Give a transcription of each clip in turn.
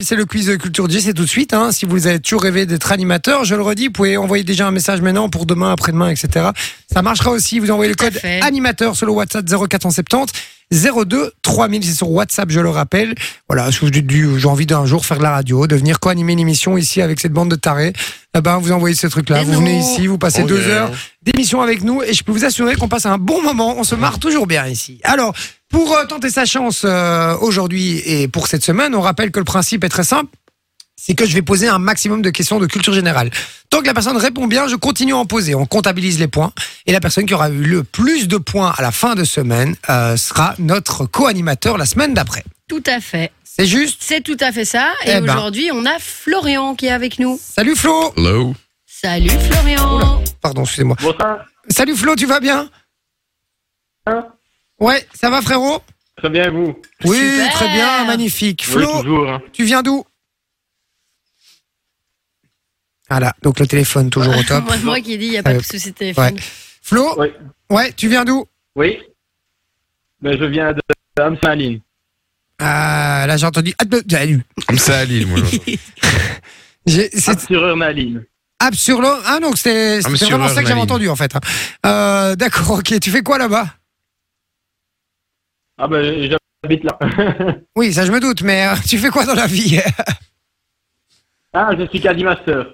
C'est le quiz Culture G, c'est tout de suite. hein. Si vous avez toujours rêvé d'être animateur, je le redis, vous pouvez envoyer déjà un message maintenant pour demain, après-demain, etc. Ça marchera aussi. Vous envoyez le Tout à code fait. animateur sur le WhatsApp 0470 02 3000. C'est sur WhatsApp, je le rappelle. Voilà, si vous dites du- j'ai envie d'un jour faire de la radio, de venir co-animer une émission ici avec cette bande de tarés, eh ben, vous envoyez ce truc-là. Mais Vous non. venez ici, vous passez Oh deux yeah. heures d'émission avec nous et je peux vous assurer qu'on passe un bon moment. On se marre toujours bien ici. Alors, pour euh, tenter sa chance euh, aujourd'hui et pour cette semaine, on rappelle que le principe est très simple. C'est que je vais poser un maximum de questions de culture générale. Tant que la personne répond bien, je continue à en poser. On comptabilise les points. Et la personne qui aura eu le plus de points à la fin de semaine euh, sera notre co-animateur la semaine d'après. Tout à fait. C'est juste. C'est tout à fait ça. Et Eh ben. aujourd'hui, on a Florian qui est avec nous. Salut Flo Hello. Salut Florian. Pardon, excusez-moi. Bonsoir. Salut Flo, tu vas bien Hein Ouais, ça va frérot Très bien, et vous Oui, Super. très bien, magnifique. Oui, Flo, toujours. hein. Tu viens d'où Voilà, donc le téléphone toujours au top. moi, moi qui dis, il n'y a pas de souci de téléphone. Flo Ouais. Ouais, tu viens d'où Oui ben, Je viens de Amsaline. Ah, là j'ai entendu. Ah, de- ah, lui. Comme ça à Lille, moi. j'entends. J'ai- Ah, C'est Amsururnaline. absurde. Ah, donc c'est Ah, c'était mais sur vraiment la ça que j'avais ligne. entendu en fait. hein. Euh, D'accord, ok. Tu fais quoi là-bas Ah ben, j'habite là. Oui, ça je me doute, mais euh, tu fais quoi dans la vie ah, je suis Caddy Master.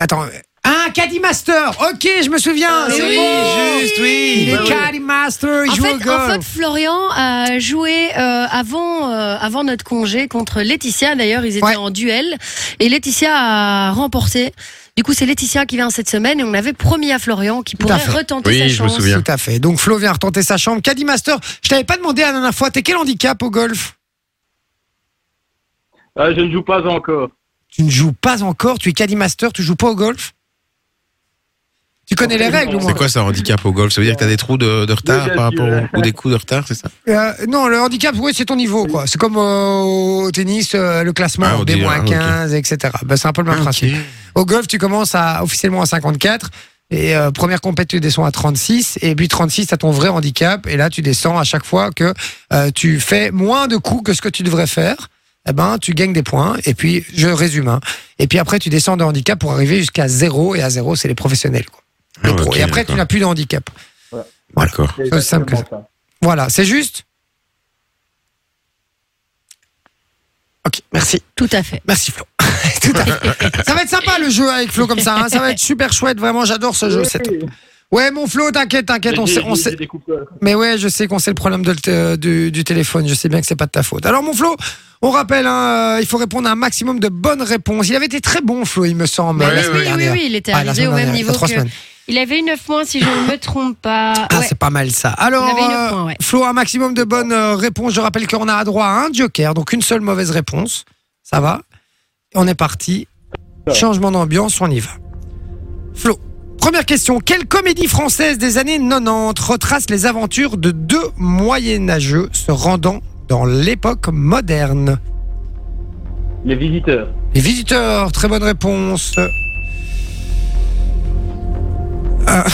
Attends. Ah, Caddy Master Ok, je me souviens. Mais c'est Ah oui, bon. juste, Il oui. est Bah oui. Caddy Master, il En joue au fait, en golf. fait, Florian a joué euh, avant, euh, avant notre congé contre Laetitia. D'ailleurs, ils étaient Ouais. en duel et Laetitia a remporté. Du coup, c'est Laetitia qui vient cette semaine et on avait promis à Florian qu'il Tout à pourrait fait. retenter Oui, sa je me chance. souviens. Tout à fait. Donc Flo vient retenter sa chambre. Caddy Master, je t'avais pas demandé la dernière fois, t'es quel handicap au golf Ah, je ne joue pas encore. Tu ne joues pas encore, tu es Caddy Master, tu joues pas au golf Tu connais les règles au moins C'est quoi ça, un handicap au golf Ça veut dire que t'as des trous de, de retard Négatif. par rapport au- ou des coups de retard, c'est ça Euh, Non, le handicap, oui, c'est ton niveau. quoi. C'est comme euh, au tennis, euh, le classement Ah, on dit, ah, ok. B-15, etc. Ben, c'est un peu Ah, le même principe. Au golf, tu commences à, officiellement à 54. Et euh, première compète, tu descends à 36. Et puis 36, t'as ton vrai handicap. Et là, tu descends à chaque fois que euh, tu fais moins de coups que ce que tu devrais faire. Eh ben, tu gagnes des points. Et puis, je résume. hein. Et puis après, tu descends de handicap pour arriver jusqu'à 0. Et à 0, c'est les professionnels. Quoi. Les Ah, pros. ok, et après, tu d'accord. n'as plus de handicap. D'accord. C'est Ça, c'est simple que ça. exactement Voilà, c'est juste Ok, merci. Tout à fait. Merci Bah, Flo. Tout à fait. Ça va être sympa le jeu avec Flo comme ça. hein. Ça va être super chouette. Vraiment, j'adore ce jeu. Oui. c'est top. Ouais, mon Flo, t'inquiète, t'inquiète. On J'ai- sait, on j'ai- sait- j'ai euh, des coupeurs. Mais ouais, je sais qu'on sait le problème de le t- euh, du, du téléphone. Je sais bien que c'est pas de ta faute. Alors, mon Flo, on rappelle, hein, euh, il faut répondre à un maximum de bonnes réponses. Il avait été très bon, Flo, il me semble. Mais Bah la Bah, oui, semaine oui, oui, dernière. oui, il était Ah, la arrivé semaine au même dernière, il y a niveau trois que. semaines. Il avait eu 9 points, si je ne me trompe pas. Ah, Ouais. c'est pas mal ça. Alors, avait une euh, point, ouais. Flo, un maximum de bonnes euh, réponses. Je rappelle qu'on a droit à un joker, donc une seule mauvaise réponse. Ça va On est parti. Ça va. Changement d'ambiance, on y va. Flo, première question. Quelle comédie française des années 90 retrace les aventures de deux moyenâgeux se rendant dans l'époque moderne Les visiteurs. Les visiteurs, très bonne réponse. Ah.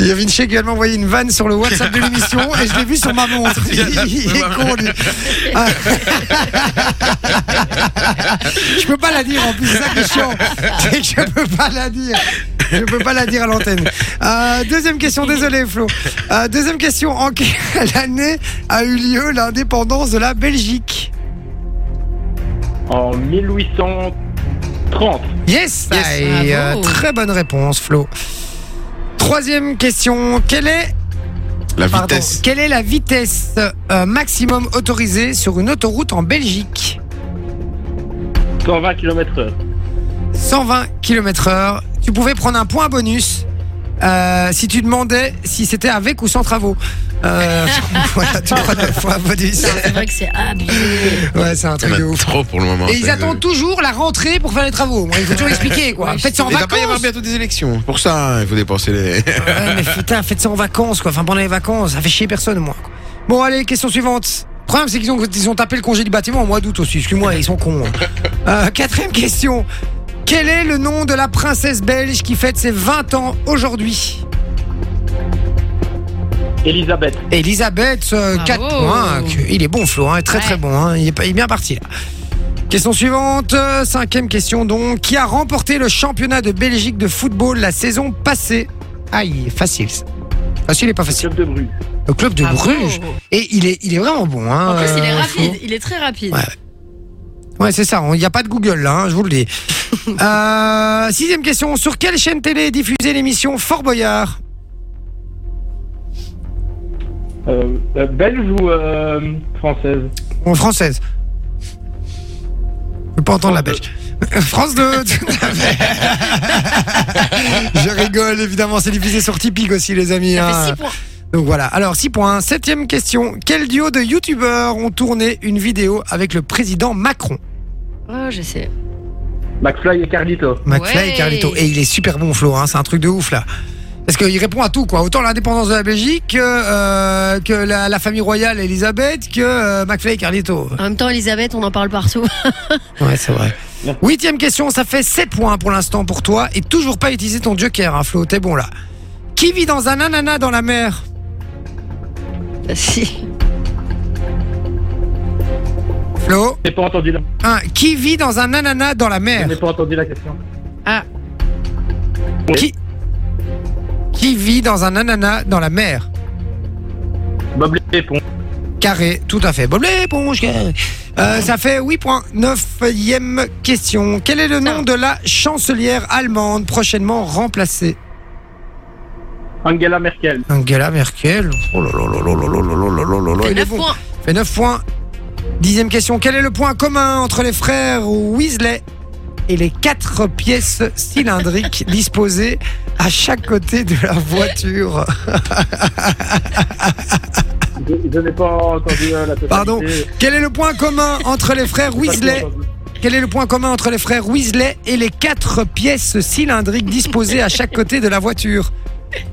Il y a Vinci qui vient de m'envoyer une vanne sur le WhatsApp de l'émission et je l'ai vu sur ma montre. Il, il est con, lui. Ah. Je peux pas la dire en plus, c'est ça qui est chiant. C'est que Je peux pas la dire. Je peux pas la dire à l'antenne. Euh, deuxième question, désolé Flo. Euh, deuxième question, en quelle année a eu lieu l'indépendance de la Belgique En 1830. Yes, Yes. et, euh, Bah, Bravo. très bonne réponse, Flo. Troisième question. Quelle est, La pardon, vitesse. quelle est la vitesse euh, maximum autorisée sur une autoroute en Belgique 120 km heure. 120 km/h. Tu pouvais prendre un point bonus euh, si tu demandais si c'était avec ou sans travaux. Euh, voilà, tu prends un point bonus. Non, C'est vrai que c'est abusé. Ouais, c'est un Il y truc de en a ouf. trop pour le moment. Et ils Ça, attendent je- toujours la rentrée pour faire les travaux. Moi, il faut toujours expliquer quoi. Ouais, Faites ça en Il va pas y avoir vacances. bientôt des élections. Pour ça, il faut dépenser les. Ouais, mais putain, faites ça en vacances, quoi. Enfin, pendant les vacances, ça fait chier personne, moi. quoi. Bon, allez, question suivante. Le problème, c'est qu'ils ont, ils ont tapé le congé du bâtiment au mois d'août aussi. Excuse-moi, ils sont cons. hein. Euh, quatrième question. Quel est le nom de la princesse belge qui fête ses 20 ans aujourd'hui Elisabeth. Elisabeth, euh, Bravo. 4 points. Il est bon, Flo, hein, très Ouais. très bon. hein. il, est, pas- il est bien parti là. Question suivante, euh, cinquième question donc. Qui a remporté le championnat de Belgique de football la saison passée Aïe, facile. ça. Facile et pas facile. Club de Bruges. Le club de Bravo. Bruges. Et il est, il est vraiment bon. Hein, Ah En plus, il est euh, Flo. rapide. Il est très rapide. Ouais. Ouais, c'est ça. on- Il n'y a pas de Google là, hein, je vous le dis. Euh, sixième question. Sur quelle chaîne télé est diffusée l'émission Fort Boyard Euh, euh, belge ou euh, française En française. Je peux pas entendre la belge. France 2, tout à fait. Je rigole, évidemment, c'est diffusé sur Tipeee aussi, les amis. Ça hein. fait 6 points. Donc voilà, alors 6 points. Septième question. Quel duo de youtubeurs ont tourné une vidéo avec le président Macron Oh, je sais. McFly et Carlito. McFly et Ouais. Carlito. Et il est super bon, Flo, hein, c'est un truc de ouf là. Parce qu'il répond à tout, quoi. Autant l'indépendance de la Belgique que, euh, que la, la famille royale Elisabeth que euh, McFly et Carlito. En même temps, Elisabeth, on en parle partout. Ouais, c'est vrai. Huitième question, ça fait 7 points pour l'instant pour toi et toujours pas utilisé ton joker, hein, Flo, t'es bon là. Qui vit dans un ananas dans la mer Bah, si. Flo Je n'ai pas entendu la, Hein, Qui vit dans un ananas dans la je mer n'ai pas entendu la question. Ah, Qui Qui vit dans un ananas dans la mer Bob l'éponge. Carré, tout à fait. Bob l'éponge, carré. Euh, ça fait 8 points. Neuvième question. Quel est le nom de la chancelière allemande prochainement remplacée Angela Merkel. Angela Merkel. Oh là là là là là là Oh, là là là là là. t'as Il est 9 bon. points. fait 9 points. Dixième question. Quel est le point commun entre les frères Weasley et les quatre pièces cylindriques disposées à chaque côté de la voiture Je, je n'ai pas entendu euh, la totalité. Pardon. J'ai pas Quel est le point commun entre les frères tout Weasley entendu. Quel est le point commun entre les frères Weasley et les quatre pièces cylindriques disposées à chaque côté de la voiture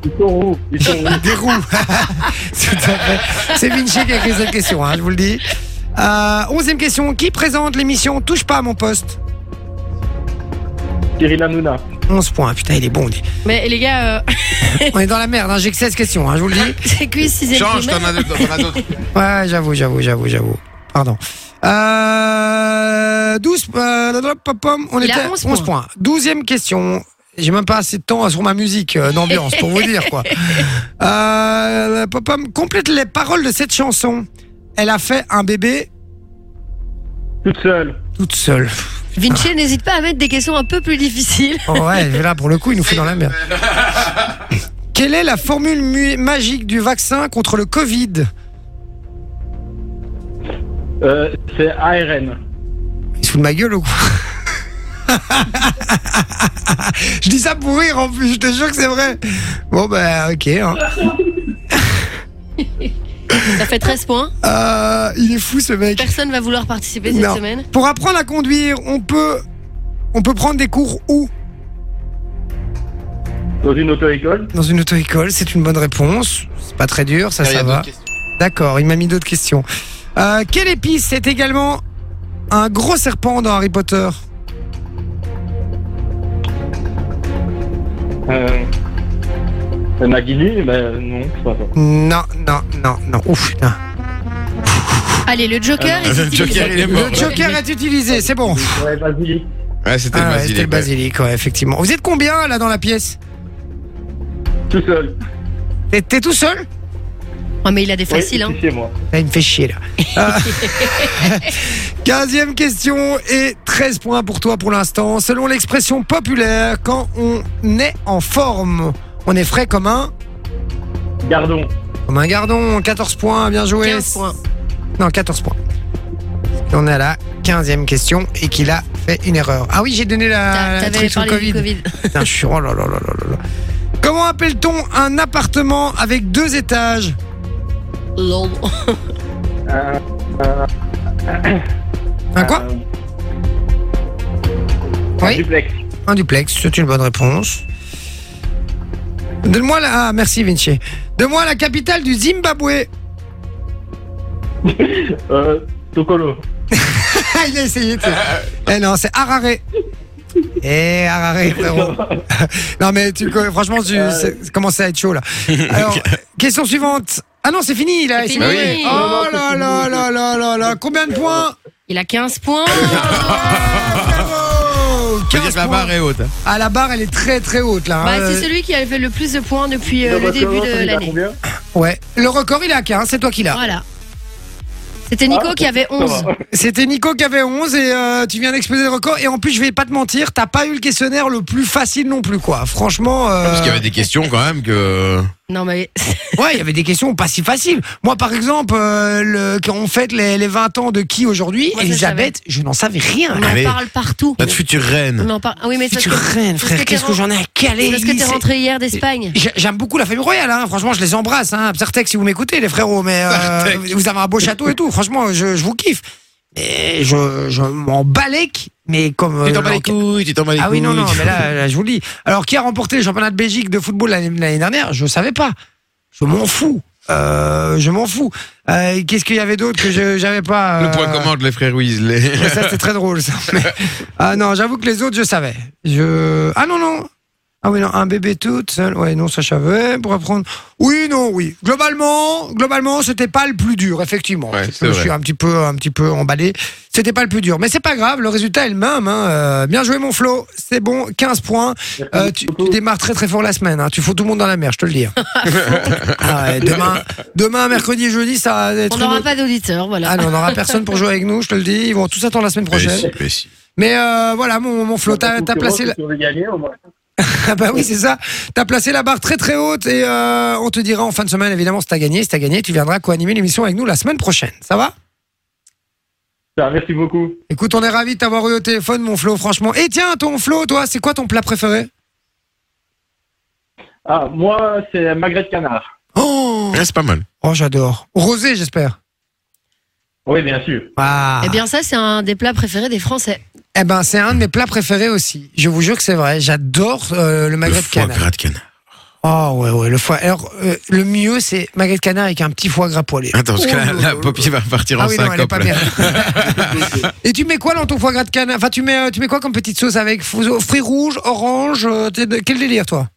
Ils sont roux. Ils sont roux. Des roues. Tout à fait. C'est Vinci qui a écrit cette question, hein, je vous le dis. Euh, onzième question. Qui présente l'émission Touche pas à mon poste Cyril Hanouna. 11 points. Putain, il est bon. lui. Mais les gars, euh, On est dans la merde. hein, J'ai que 16 questions, hein, je vous le dis. c'est cuit 6 Change, t'en as d'autres. t'en as d'autres. Ouais, j'avoue, j'avoue, j'avoue, j'avoue. Pardon. Euh, 12, euh, pom, pom, on Il était a à 11 11 points. 12e question. J'ai même pas assez de temps sur ma musique euh, d'ambiance pour vous dire quoi. Euh, pom, pom, complète les paroles de cette chanson. Elle a fait un bébé Toute seule. toute seule. Vinci, n'hésite pas à mettre des questions un peu plus difficiles. Oh ouais, là pour le coup, il nous fout dans la merde. Quelle est la formule mu- magique du vaccin contre le Covid Euh, c'est ARN. Il se fout de ma gueule ou quoi Je dis ça pour rire en plus, je te jure que c'est vrai. Bon bah ok. hein. Ça fait 13 points. Euh, il est fou ce mec. Personne va vouloir participer cette Non. semaine. Pour apprendre à conduire, on peut on peut prendre des cours où Dans une auto-école. Dans une auto-école, c'est une bonne réponse. C'est pas très dur, ça Il y a ça d'autres va. questions. D'accord, il m'a mis d'autres questions. Euh, quelle épice est également un gros serpent dans Harry Potter Euh, Nagini, ben non, je sais pas ça. Non, non, non, non. Ouf, putain. Allez, le Joker. Ah, est le utilisé. Joker, il est mort. Le Joker est utilisé, c'est bon. Ouais, Basilic. Ouais, c'était Ah ouais, le c'était le basilic. ouais. basilic, ouais, effectivement. Vous êtes combien là dans la pièce Tout seul. T'es- T'es tout seul Ouais, mais il a des Oui, faciles. hein. c'est chez moi. Là, Il me fait chier là. Euh, 15e question et 13 points pour toi pour l'instant. Selon l'expression populaire, quand on est en forme, on est frais comme un, Gardons. comme un gardon. 14 points, bien joué. 15 points. Non, 14 points. Et on est à la 15e question et qu'il a fait une erreur. Ah oui, j'ai donné la, T'as- la T'avais truc sur le parlé du Covid. Putain, je suis. Oh là là là là là là. Comment appelle-t-on un appartement avec deux étages Lol. Euh, Un Ah. quoi euh, Oui. Duplex. Un duplex, c'est une bonne réponse. Donne-moi la. Ah, merci Vinci. Donne-moi la capitale du Zimbabwe. Euh, Tokolo. Euh, Ah, il a essayé. tu sais. eh non, c'est Harare. Eh, arrête, frérot. Non, mais tu, franchement, tu, c'est- c'est commencé à être chaud, là. Alors, question suivante. Ah non, c'est fini, là. C'est il s'est fini. coupé. Oui. Oh là là là là là là. Combien de points Il a 15 points. Bravo Je veux 15 dire que la points. barre est haute. hein. Ah, la barre, elle est très très haute, là. hein. Bah, Euh. c'est celui qui avait fait le plus de points depuis euh, le début de l'année. Ouais. Le record, il est à 15, c'est toi qui l'as. Voilà. C'était Nico Ah, qui avait 11. C'était Nico qui avait 11 et euh, tu viens d'exploser le record. Et en plus, je vais pas te mentir, t'as pas eu le questionnaire le plus facile non plus, quoi. Franchement. euh, Parce qu'il y avait des questions quand même que. Non, mais Ouais, il y avait des questions pas si faciles. Moi, par exemple, euh, le, quand on fête les, les 20 ans de qui aujourd'hui Moi, ça, je Elisabeth, je n'en savais rien. on en Allez. parle partout. Notre future reine. On en parle. Ah oui, mais c'est tu parce que- reine, parce frère, que qu'est-ce t'es que j'en ai à caler c'est parce que t'es c'est- rentré hier d'Espagne. J'ai- J'aime beaucoup la famille royale, hein. franchement, je les embrasse. Hein. Psartek, si vous m'écoutez, les frérots, mais euh, Psartek. vous avez un beau château et tout, franchement, je, je vous kiffe. Et je, je m'en balèque, mais comme. euh, Tu t'en bats les l'enquête- couilles, tu t'en bats les Ah oui, couilles. non, non, mais là, là, je vous le dis. Alors, qui a remporté le championnat de Belgique de football l'année l'année dernière Je ne savais pas. Je m'en fous. Euh, je m'en fous. Euh, Qu'est-ce qu'il y avait d'autre que je j'avais pas Le euh, point commande, les frères Weasley. mais Ça, c'était très drôle, ça. Mais- Ah non, j'avoue que les autres, je savais. Je... Ah non, non. Ah oui, non, un bébé tout seul. Ouais, non, ça, je savais. Pour apprendre. Oui, non, oui. Globalement, globalement, c'était pas le plus dur, effectivement. Ouais, je c'est vrai. suis un petit peu, un petit peu emballé. C'était pas le plus dur. Mais c'est pas grave, le résultat est le même. hein. Euh, bien joué, mon Flo. C'est bon, 15 points. Euh, tu, tu démarres très très fort la semaine. hein. Tu fous tout le monde dans la mer, je te le dis. hein. Ah ouais, demain, demain, mercredi, jeudi, ça va être On une n'aura autre- pas d'auditeur, voilà. ah non, on n'aura personne pour jouer avec nous, je te le dis. Ils vont tous attendre la semaine Mais prochaine. si, mais si. Mais euh, voilà, mon, mon Flo, t'as t'as placé, la... Ah bah oui, c'est ça. T'as placé la barre très très haute et euh, on te dira en fin de semaine, évidemment, si t'as gagné. Si t'as gagné, tu viendras co-animer l'émission avec nous la semaine prochaine. Ça va Merci beaucoup. Écoute, on est ravis de t'avoir eu au téléphone, mon Flo, franchement. Et tiens, ton Flo, toi, c'est quoi ton plat préféré Ah, moi, c'est magret de canard. Oh, Ouais, c'est pas mal. oh j'adore. Rosé, j'espère. Oui, bien sûr. Ah. Eh bien, ça, c'est un des plats préférés des Français. Eh ben, c'est un de mes plats préférés aussi. Je vous jure que c'est vrai. J'adore euh, le Le magret de foie canard. gras de canard. Oh ouais ouais le foie. Alors euh, le mieux c'est magret de canard avec un petit foie gras poêlé. Attends, parce que Oh là, là la là Poppy va partir Ah en oui non elle est syncope. pas là. bien. Et tu mets quoi dans ton foie gras de canard Enfin tu mets euh, tu mets quoi comme petite sauce avec Fou- euh, fruits rouges, orange euh, t'es de- Quel délire toi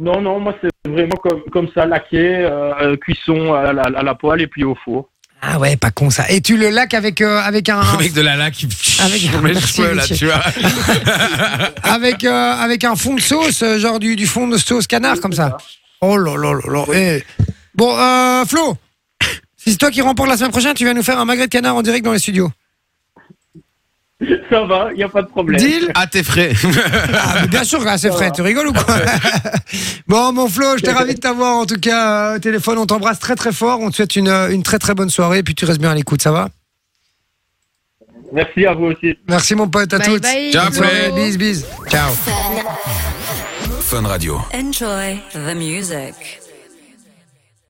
Non, non, moi, c'est vraiment comme, comme ça, laqué, euh, cuisson à la, à la poêle et puis au four. Ah ouais pas con ça. Et tu le laques avec euh, avec un Le mec de la lac, il Avec- sur mes Ah, Merci, cheveux, là, Michel. tu vois. avec euh, avec un fond de sauce euh, genre du du fond de sauce canard comme ça. Oh là là là là. Eh. Bon euh, Flo, si c'est toi qui remporte la semaine prochaine, tu vas nous faire un magret de canard en direct dans les studios. Ça va, il n'y a pas de problème. Deal À tes frais. Ah, mais bien sûr, là, c'est Ça frais. va. Tu rigoles ou quoi Bon, mon Flo, je t'ai ravi de t'avoir. En tout cas, euh, au téléphone, on t'embrasse très très fort. On te souhaite une, euh, une très très bonne soirée. Et puis tu restes bien à l'écoute, ça va Merci à vous aussi. Merci, mon pote, à Bye toutes. bye. Ciao, Bonne soirée, Flo. bis, bis. Ciao. Fun Radio. Enjoy the music.